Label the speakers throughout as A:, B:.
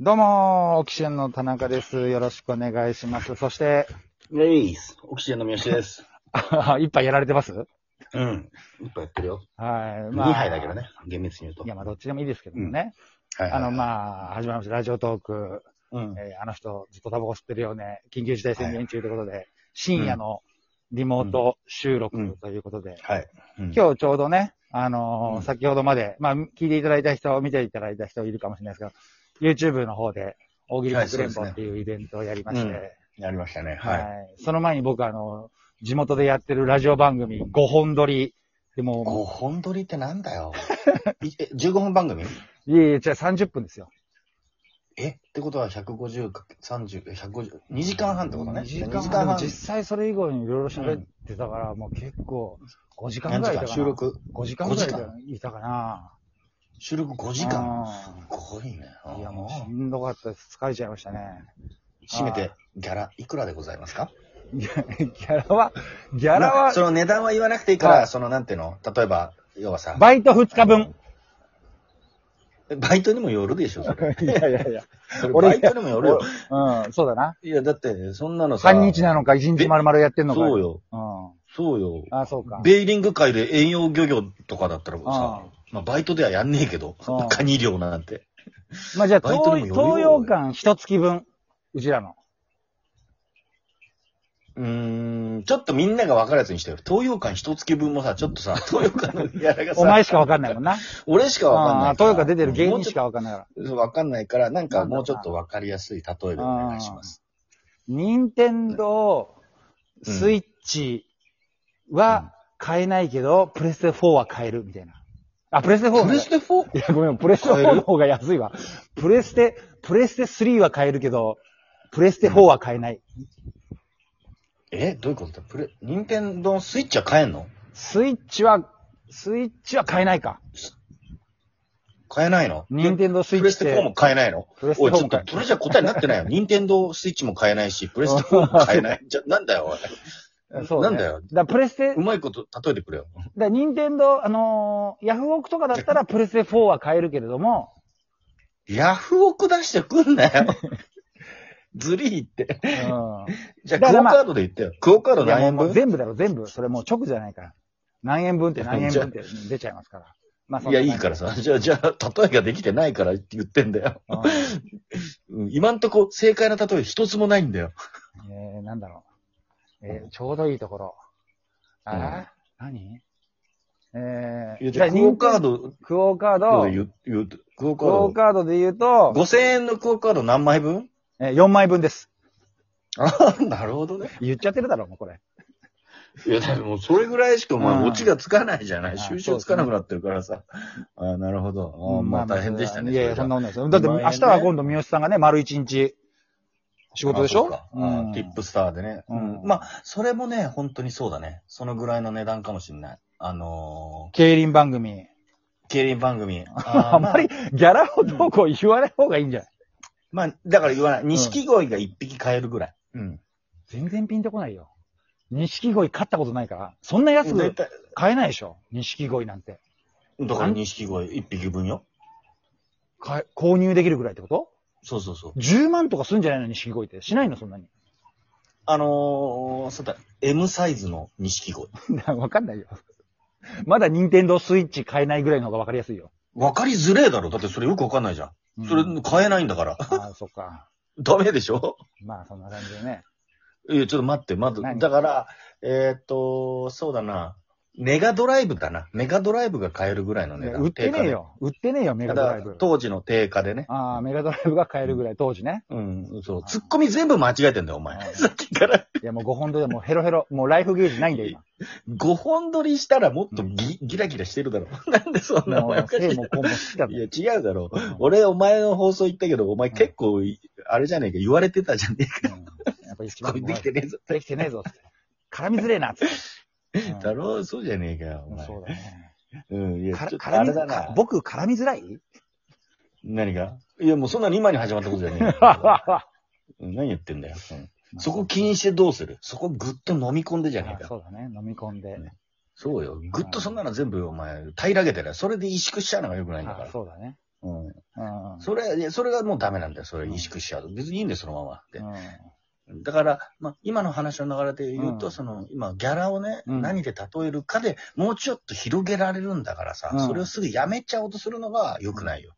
A: どうも、オキシエンの田中です。よろしくお願いします。そして、
B: えいオキシエンの三好です。
A: 一杯やられてます
B: うん。一杯やってるよ。
A: はい。
B: 二杯だけど。ね。厳密に言うと。
A: いや、まあ、どっちでもいいですけどもね。
B: はいはい
A: あの、まあ、始まりました。ラジオトーク。
B: うん。
A: えーあの人、ずっとタバコ吸ってるよね。緊急事態宣言中ということで、深夜のリモート収録ということで、
B: はい。うん
A: 今日ちょうどね、あのー
B: うん
A: 先ほどまで、まあ、聞いていただいた人、見ていただいた人いるかもしれないですけど、YouTube の方で、大喜利国連邦っていうイベントをやりまして、
B: はいそうでやりましたね。
A: はい、
B: は
A: その前に僕、あの、地元でやってるラジオ番組5本撮り。で
B: い。
A: も
B: 5本撮りってなん だよ。いえ、15分番組
A: う、いえいえ、違う、30分ですよ。
B: えってことは150か30、150、2時間半ってことね。
A: 2時間
B: 二
A: 半。でも実際それ以降にいろいろ喋ってたから、もう結構、5時間
B: 何
A: ぐらいい
B: 時
A: たか
B: 間
A: な。
B: 収録
A: 5時間ぐら
B: 5時間
A: いいたかな。
B: 収録5時間
A: う
B: すごいね。
A: んいや、もうしんどかったです。疲れちゃいましたね。
B: 締めて、ギャラ、いくらでございますか
A: ギャギャラは、ギャラ
B: まあそ
A: は、
B: の値段は言わなくていいか
A: は
B: ら、
A: い
B: その、なんていうの例えば、要はさ、
A: バイト2日 分。
B: バイトにもよるでしょ、それ。
A: いやいやいや。
B: それ
A: 俺
B: バイトにもよるよ。
A: うん、そうだな。
B: いや、だって、そんなのさ。
A: 半日なのか、1日丸々やってんのか。
B: そうよ。
A: うん。
B: そうよ。
A: あ、そうか。
B: ベーリング界で遠洋漁業とかだったらさ
A: うん、
B: まあ、バイトではやんねえけど
A: うん、
B: カニ漁なんて。
A: まあじゃあ
B: バイトの
A: 東、
B: 余裕
A: 東洋館一月分。うちらの。
B: うーん、ちょっとみんなが分かるやつにしてよ。東洋館一月分もさ、ちょっ とさ、東洋館のやらがさ、
A: お前しかわかんないもんな。
B: 俺しか分かん
A: あ
B: な
A: あ東
B: いから。
A: 洋館出てる芸人しかわかんないから。
B: もうちょっと分かんないから、なんかもうちょっと分かりやすい例えでお願いします。
A: 任天堂
B: うん
A: スイッチは買えないけど、プレステ4は買えるみたいな。あ、プレステ4
B: プレステ 4?
A: いや、ごめん、プレステ
B: 買える
A: 4の方が安いわ。プレステ、プレステ3は買えるけど、プレステ4は買えない。
B: えどういうことだプレ、任天堂スイッチは買えんの
A: スイッチは、スイッチは買えないか。
B: 買えないの
A: 任天堂スイ
B: プレ
A: ッチ
B: ス
A: って。
B: テ4も買えないの
A: プレステ
B: おい、ち
A: 4
B: ょっ
A: も買
B: と、それじゃ答えになってないよ。任天堂スイッチも買えない し、プレステ4も買えない。じゃ、なんだよ、おい。
A: えそうね、
B: なんだ
A: だ
B: よ
A: からプレステ
B: うまいこと例えてくれよ。
A: だから任天堂、あのーヤフオクとかだったらプレステ4は買えるけれども、
B: ヤフオク出してくん なよ。ずりーって。
A: うん。い
B: じゃ
A: だ
B: あ、
A: か
B: ク
A: ら
B: オ
A: まあ
B: カードで言ってよ。クオカード何
A: や
B: 円
A: もう
B: 分
A: 全部だろ、全部。それもう直じゃないから。何円分って何円分って出ちゃいますから。ま。
B: いや、いいかららさ。じゃあ、じゃあ、例えができてないからって言ってんだよ。
A: うん
B: うん今んとこ正解な例え一つもないんだよ。
A: えー、なんだろう。えー、ちょうどいいところ。あー、
B: うん
A: 何え
B: い
A: ー、
B: やじゃあ、クオカー
A: ド。
B: ド
A: クオカー
B: で
A: ド。
B: 言う、言うとクオカ
A: クオ
B: ード。
A: カードで言うと、
B: 5000円のクオカード何枚分
A: えー、4枚分です。
B: ああ、なるほどね。
A: 言っちゃってるだろ、もうこれ。
B: いや、でも それぐらいしかお
A: うん
B: 前、オチがつかないじゃな
A: あ
B: い。収集つかなくなってるからさ。ああ、なるほど。ああまあ大変でしたね。
A: いやいや、
B: そ
A: そんなこと
B: れは
A: ないですよ。だって
B: まあ
A: 明日は今度三好さんがね、丸一日、仕事でし
B: あ
A: ょ
B: そうか
A: う
B: あ
A: ん
B: あティップスターでね。
A: うん
B: うんまあ、それもね、本当にそうだね。そのぐらいの値段かもしれない。あの
A: 競輪番組。
B: ー、競輪番組。あ
A: あ
B: あ
A: んまり、ギャラをどうこう言わない方がいいんじゃない
B: まあ、まあだから言わない。錦鯉が一匹買えるぐらい。うん。
A: 全然ピンとこないよ。錦鯉買ったことないから、そんな安
B: 絶
A: く
B: 対
A: 買えないでしょ錦鯉なんて。
B: だから錦鯉一匹分よ。
A: 買え購入できるぐらいってこと
B: そうそうそう。
A: ?10 万とかすんじゃないの錦鯉って。しないのそんな に。
B: あのー、そうだ、M サイズの錦鯉。
A: わかんないよ。まだ任天堂スイッチ買えないぐらいの方がわかりやすいよ。
B: わかりづれえだろ。だってそれよくわかんないじゃん。
A: うん
B: それ買えないんだから。
A: ああ、そっか。
B: ダメでしょ
A: まあ、そんな感じでね。
B: いや、ちょっと待って、まず、
A: 何
B: だから、えーっと、そうだな。メガドライブだな。メガドライブが買えるぐらいの
A: い
B: 値
A: や
B: 段。
A: 売ってねえよ。売ってねえよ、メ
B: 定
A: ガ
B: 価
A: ド
B: で。た
A: ライ
B: だ
A: ブ、。
B: 当時の定価でね。
A: ああ、メガドライブが買えるぐらい、当時ね。
B: うん、そう。ツッコミ全部間違えてんだよ、お前
A: うん。
B: さっきから。
A: いや、もう5本撮りでもうヘロヘロ。もうライフゲージないんだ よ、
B: 5本撮りしたらもっとギ,、ギラギラしてるだろ。 なんでそん
A: 今。
B: な
A: も
B: お前お
A: う、
B: かしい
A: せいもこうも好きだもん
B: いや、違うだろ
A: うん。
B: 俺、お前の放送言ったけど、お前
A: うん
B: 結構、あれじゃねえか、言われてたじゃねえか。
A: うんやっぱ一番
B: これできてねえぞ。
A: できてねえぞっつって。絡みづれえなっつって。うん
B: だろそうじゃねえかよ、お前。
A: そうだね。
B: うん、いや、
A: か
B: ちょっとあ
A: 絡み
B: れ
A: づ
B: だ
A: らい
B: な。。
A: 僕絡みづらい
B: 何がいや、もうそんなに今に始まったことじゃねえよ うん何言ってんだよ。うん そこ気にしてどうするそこぐっと飲み込んでじゃね
A: あ
B: えか。
A: そうだね。飲み込んで。
B: ねそうよ。ぐっとそんなの全部お前、平らげてるそれで萎縮しちゃうのが良くないんだか
A: あ
B: ら。
A: そうだね。
B: うん。
A: うん。
B: それ、いやそれがもうダメなんだよ。それ、萎縮しちゃう。別にいいんだよ、そのままって。
A: うん
B: だから、まあ、今の話の流れで言うと、
A: うん
B: その、今、ギャラをね、
A: うん
B: 何で例えるかでもうちょっと広げられるんだからさ、
A: うん
B: それをすぐやめちゃおうとするのが良くないよ。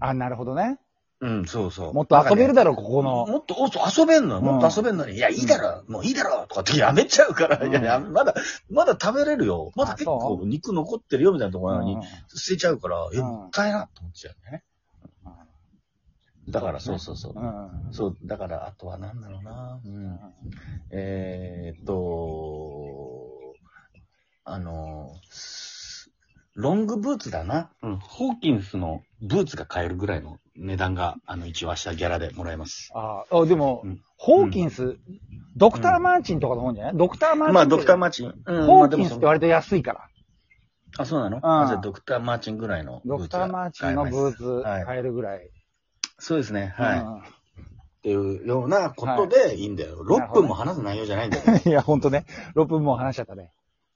A: あ、なるほどね。
B: うん、そうそう。
A: もっと遊べるだ
B: だ
A: ろ、ここの。
B: もっと、おっと遊べんのよ。
A: うん
B: もっと遊べんのに、いや、いいだろ、もういいだろとかってやめちゃうから、
A: うん
B: いやいや、まだ、まだ食べれるよ。まだ
A: あ
B: 結
A: そう
B: 構肉残ってるよ、みたいなところなのに、
A: うん
B: 捨てちゃうから、え、
A: うん
B: もったいなって思っちゃうんだよね。だから、そうそうそう。
A: うん
B: そう、だから、あとは何だろうな。うん。えーっと、あの、スロングブーツだな。うん。ホーキンスのブーツが買えるぐらいの値段が、あの、一応明日ギャラでもらえます。
A: ああ、でも
B: うん、
A: ホーキンス、ドクター・マーチンとかの本じゃないドクター・マーチン。
B: まあ、ドクター・マーチン。うん、
A: ホ
B: まあ
A: ー
B: で
A: キ
B: も
A: ンス
B: そ
A: って
B: の
A: 割と安いから。
B: あ、そうなの
A: ん
B: あじゃあ、ドクター・マーチンぐらいのブ
A: ド
B: ー
A: ク
B: ツが
A: ター・マーチンのブ
B: 買えま
A: ー
B: す
A: ツ
B: はい
A: 買えるぐらい。
B: そうですね。はい。っ
A: い。
B: ていうようなことでいいんだよ。6分も話す内容じゃないんだよ。
A: いや、ほんと ね。6分も話しちゃったね。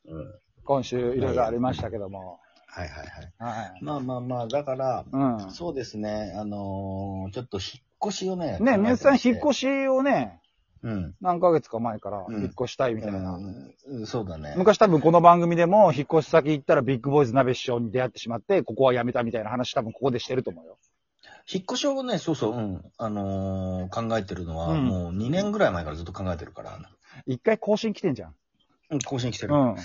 B: うん。はい
A: 今週いろいろありましたけども。
B: はいはい。
A: はい。
B: まあまあまあ、だから、
A: う
B: そうですね。あのーちょっと引っ越しをね。
A: ん。ね、皆さん引っ
B: し。
A: 越しをね、
B: うん。
A: 何ヶ月か前から
B: うん
A: 引っ越したいみたいな。
B: うんそうだね。
A: 昔多分この番組でも引っ越し先行ったらビッグボーイズ鍋師匠に出会ってしまって、ここは辞めたみたいな話多分ここでしてると思うよ。
B: 引っ越しをね、そうそう、うん。あのー考えてるのは、
A: うん
B: もう2年ぐらい前からずっと考えてるから、
A: 一回更新来てんじゃん。
B: うん更新来て
A: う
B: る。
A: ん。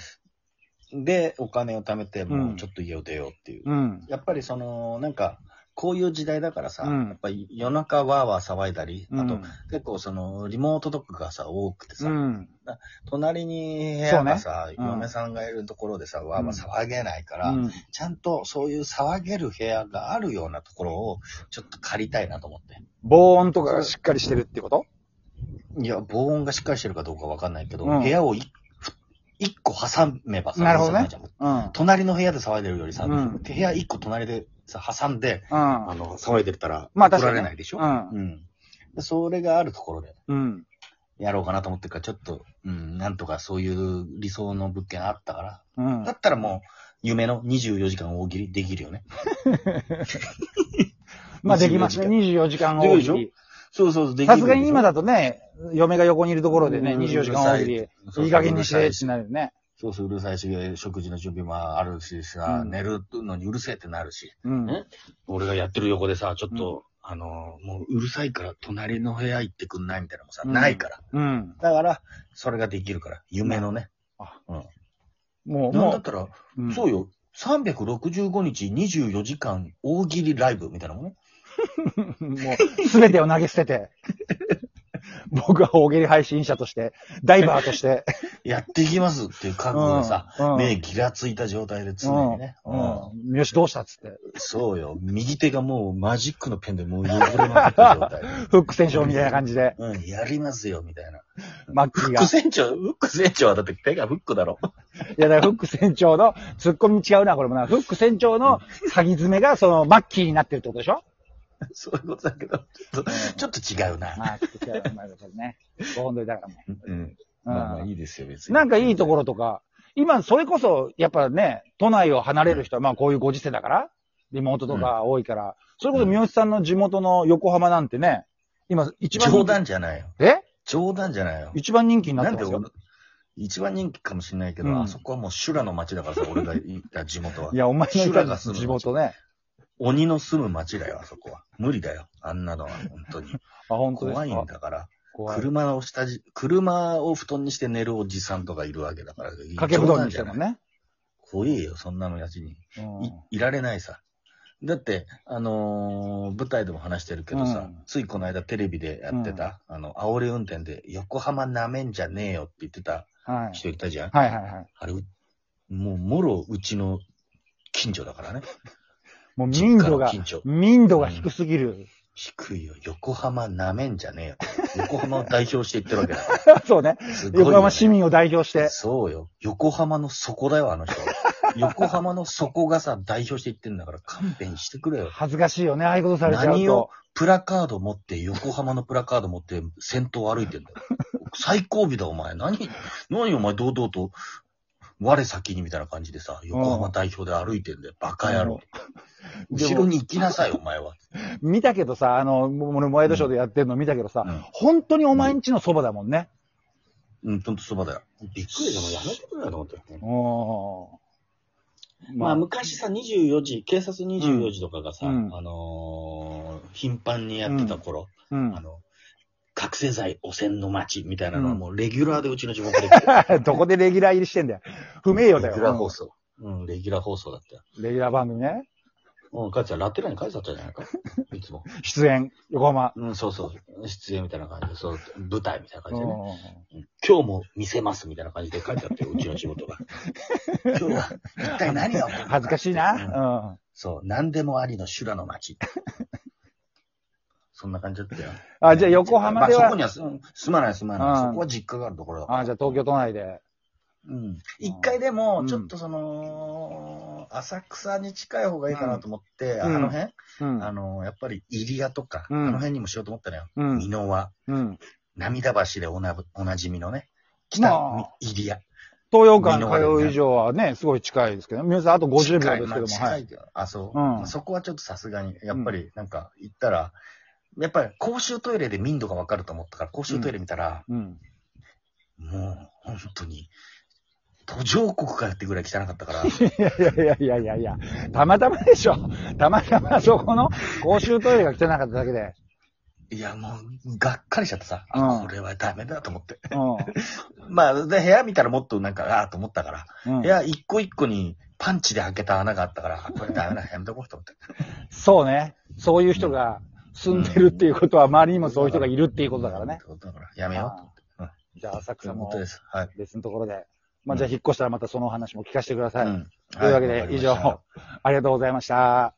B: で、お金を貯めて、
A: う
B: も
A: ん
B: うちょっと家を出ようっていう。
A: うん。
B: やっぱりその、なんか、こういう時代だからさ、
A: うん
B: やっぱり夜中わーわー騒いだり、
A: う
B: あと
A: ん。
B: 結構その、リモートとかがさ、多くてさ、
A: うん。
B: 隣に部屋がさ、
A: うん
B: 嫁さんがいるところでさ、わーわー騒げないから、
A: うん
B: ちゃんとそういう騒げる部屋があるようなところをちょっと借りたいなと思って。
A: 防音とかがしっかりしてるってこと
B: いや、防音がしっかりしてるかどうかわかんないけど、
A: うん
B: 部屋をい一個挟めばさ、
A: なるほどね
B: いいじゃん
A: うん。
B: 隣の部屋で騒いでるよりさ、
A: うん
B: 部屋一個隣でさ、挟んで、
A: う
B: あ
A: ん。
B: の、騒いでたら、
A: まあ
B: 怒
A: 確からにね
B: れないでしょ、
A: うん
B: うんでそれがあるところで
A: うん。
B: やろうかなと思ってるから、ちょっと、うん、なんとかそういう理想の物件あったから、
A: うん
B: だ。ったらもう、夢の24時間大喜利できるよね。
A: まあできますね。24時間大
B: でき
A: 喜
B: るで
A: 利。
B: そうそうそう、できる
A: さすがに今だとね、嫁が横にいるところでね、
B: うん
A: 24時間大喜利。いい加減にしてってなるよね。
B: そうそう、うるさいし、食事の準備もあるしさ、
A: うん
B: 寝るのにうるせえってなるし、
A: うん。
B: ね俺がやってる横でさ、ちょっと、あのー、もううるさいから隣の部屋行ってくんないみたいなのもさ、
A: うん
B: ないから。
A: うん。
B: だから、それができるから、夢のね。
A: もう、
B: なんだ
A: も
B: ったら、
A: ううん。
B: そうよ、365日24時間大喜利ライブみたいなもんね。
A: もう、すべてを投げ捨て て、僕は大喜利配信者として、ダイバーと して、
B: やっていきますっていう覚悟でさ、
A: うんうん
B: 目ギラついた状態で常にね。うん
A: うん。よし、どうしたっつって、
B: そうよ、右手がもうマジックのペンでもう汚れまくった状態。
A: フック選手みたいな感じで、
B: うん、やりますよ、みたいな。
A: マッキ
B: フ
A: ー
B: ッ
A: が。
B: ク
A: い
B: 船長、フック船長はだって手がフックだろ。
A: や、だからフック船長の、ツッコミ違うな、これもな。フック船長の詐欺詰めが、その、マッキーになってるってことでしょ
B: そういうことだけど、ちょっとちょっと違うな。
A: まあ、ちょっと違う、うまいことね。ご本土だからも
B: うん。
A: う。
B: まあまあ
A: うん
B: いいですよ、別に。
A: なんかいいとこ
B: ろ。
A: ろとか、今、それこそ、やっぱね、都内を離れる人は、まあこういうご時世だから、リモートとか多いから、それこそ三好さんの地元の横浜なんてね、今、一番人気
B: 冗談じゃないよ。
A: え
B: 冗談じゃないよ。
A: 一番人気になっ
B: な
A: て
B: ん
A: ま
B: です
A: よ。
B: 俺、一番人気かもしれないけど、
A: うん
B: あそこはもう修羅の町だからさ、俺
A: 。
B: が行った地元はい
A: や、お前のい
B: 修羅が住む
A: 地元ね。
B: 鬼の住む町だよ、あそこは。無理だよ、あんなのは、本当に。
A: あ、本当ですか
B: 怖いんだから。
A: 怖い
B: 車を下地、車を布団にして寝るおじさんとかいるわけだから。
A: かけ布団にしても
B: 冗談じゃない。
A: ね。
B: 怖いよ、そんなのやじに。
A: うん
B: いいられないさ。だって、あのー舞台でも話してるけどさ、
A: うん
B: ついこの間テレビでやってた、あの、煽り運転で、横浜なめんじゃねえよって言ってた
A: はい。
B: 人いたじゃん。
A: はいはいはい。
B: あれ、もう、もろうちの近所だからね。
A: もう民
B: 実家
A: 度
B: の
A: が、
B: 近所。
A: 民度が低すぎる。
B: 低いよ。横浜なめんじゃねえよ。横浜を代表して言ってるわけだか
A: そうね。
B: ら。すごいよね
A: 横浜市民を代表して。
B: そうよ。横浜の底だよ、あの人。横浜の底がさ、代表して言ってんだから勘弁してくれよ。
A: 恥ずかしいよね、ああいうことされちゃうと。
B: 何をプラカード持って、横浜のプラカード持って、先頭を歩いてんだよ。最後尾だ、お前。何、何お前、堂々と、我先にみたいな感じでさ、横浜代表で歩いてんだよ。バカ野郎。
A: うん
B: 後ろに行きなさい、お前は。
A: 見たけどさ、あの、も俺、ワイドショーでやってるの見たけどさ、
B: うん
A: 本当にお前んちのそばだもんね。
B: うん、ほんとそばだよ。
C: びっくりだな、やめてくれよと思ったよね。
A: おー
C: まあ、昔さ、24時、警察24時とかがさ、
A: うん
C: あのー頻繁にやってた頃、
A: うん
C: あ。の、覚醒剤汚染の街みたいなのは
A: うん
C: もうレギュラーでうちの地元で来てた
A: どこでレギュラー入りしてんだよ。不名誉だ
C: レギュラー放
A: よ。
C: 送。うん、レギュラー放送だったよ。
A: うんレギュラー番組ね。
C: うん、かつてはラテラに書いてあったじゃ ないか。いつも。
A: 出演、横浜。
C: うん、そうそう。出演みたいな感じで、そう、舞台みたいな感
A: う
C: じでね。
A: ん
C: 今日も見せますみたいな感じで書いてあったよ、うちの仕事 が。
B: 今日は、一体何が起こるの
A: 恥ずかしいな。
B: そう、何でもありの修羅の街。そんな感じだったよ。
A: うん。あ、じゃあ横浜で
B: まあ、そ
A: は
B: こ、には住住まない住まな
A: うん
B: い。そこは実家があるところだから。
A: あ、じゃあ東京都内で。
B: うん。一回でも
A: う、ん
B: ちょっとその、浅草に近い方がいいかなと思って、
A: うん
B: あの辺、
A: うん。
B: あの、やっぱり入谷とか、
A: うん
B: あの辺にもしようと思ったのよ。
A: う
B: 箕
A: ん。
B: 輪、
A: うん。
B: 涙橋でおなおなじみのね、
A: ま
B: 北
A: あ
B: 入谷。
A: 東洋館通う以上はね、すごい近いですけど、皆さんあと50秒ですけども、
B: 近いまあ
A: は
B: 近い
A: い。
B: けどあ、そう、
A: うん
B: そこはちょっとさすがに、やっぱりなんか行ったら、やっぱり公衆トイレで民度がわかると思ったから、公衆トイレ見たら、
A: うん。
B: もう本当に、途上国かよってぐらい汚かった から、
A: いやいやいやいやいや、たまたまでしょ。 たまたまそこの公衆トイレが汚かっただけで。
B: いやもう、がっかりしちゃってさ、
A: うん
B: これはダメだと思って。
A: う
B: まあ、で、部屋見たらもっとなんか、ああと思ったから、
A: ん。うん
B: 部、屋一個一個にパンチで開けた穴が あったから、あこれダメだ、やめとこうと思って。
A: そうね。そういう人が住んでるっていうことは、周りにもそういう人がいるっていうことだからね。
B: そういうことだからやめようと思って。
A: じゃあ、浅草
B: 本
A: も
B: 当です。はい。
A: 別のところで。まあ、じゃあ、引っ越したらまたそのお話も聞かせてください。
B: ん
A: というわけで
B: はわかりまし
A: 以
B: た
A: 上ありがとうございました。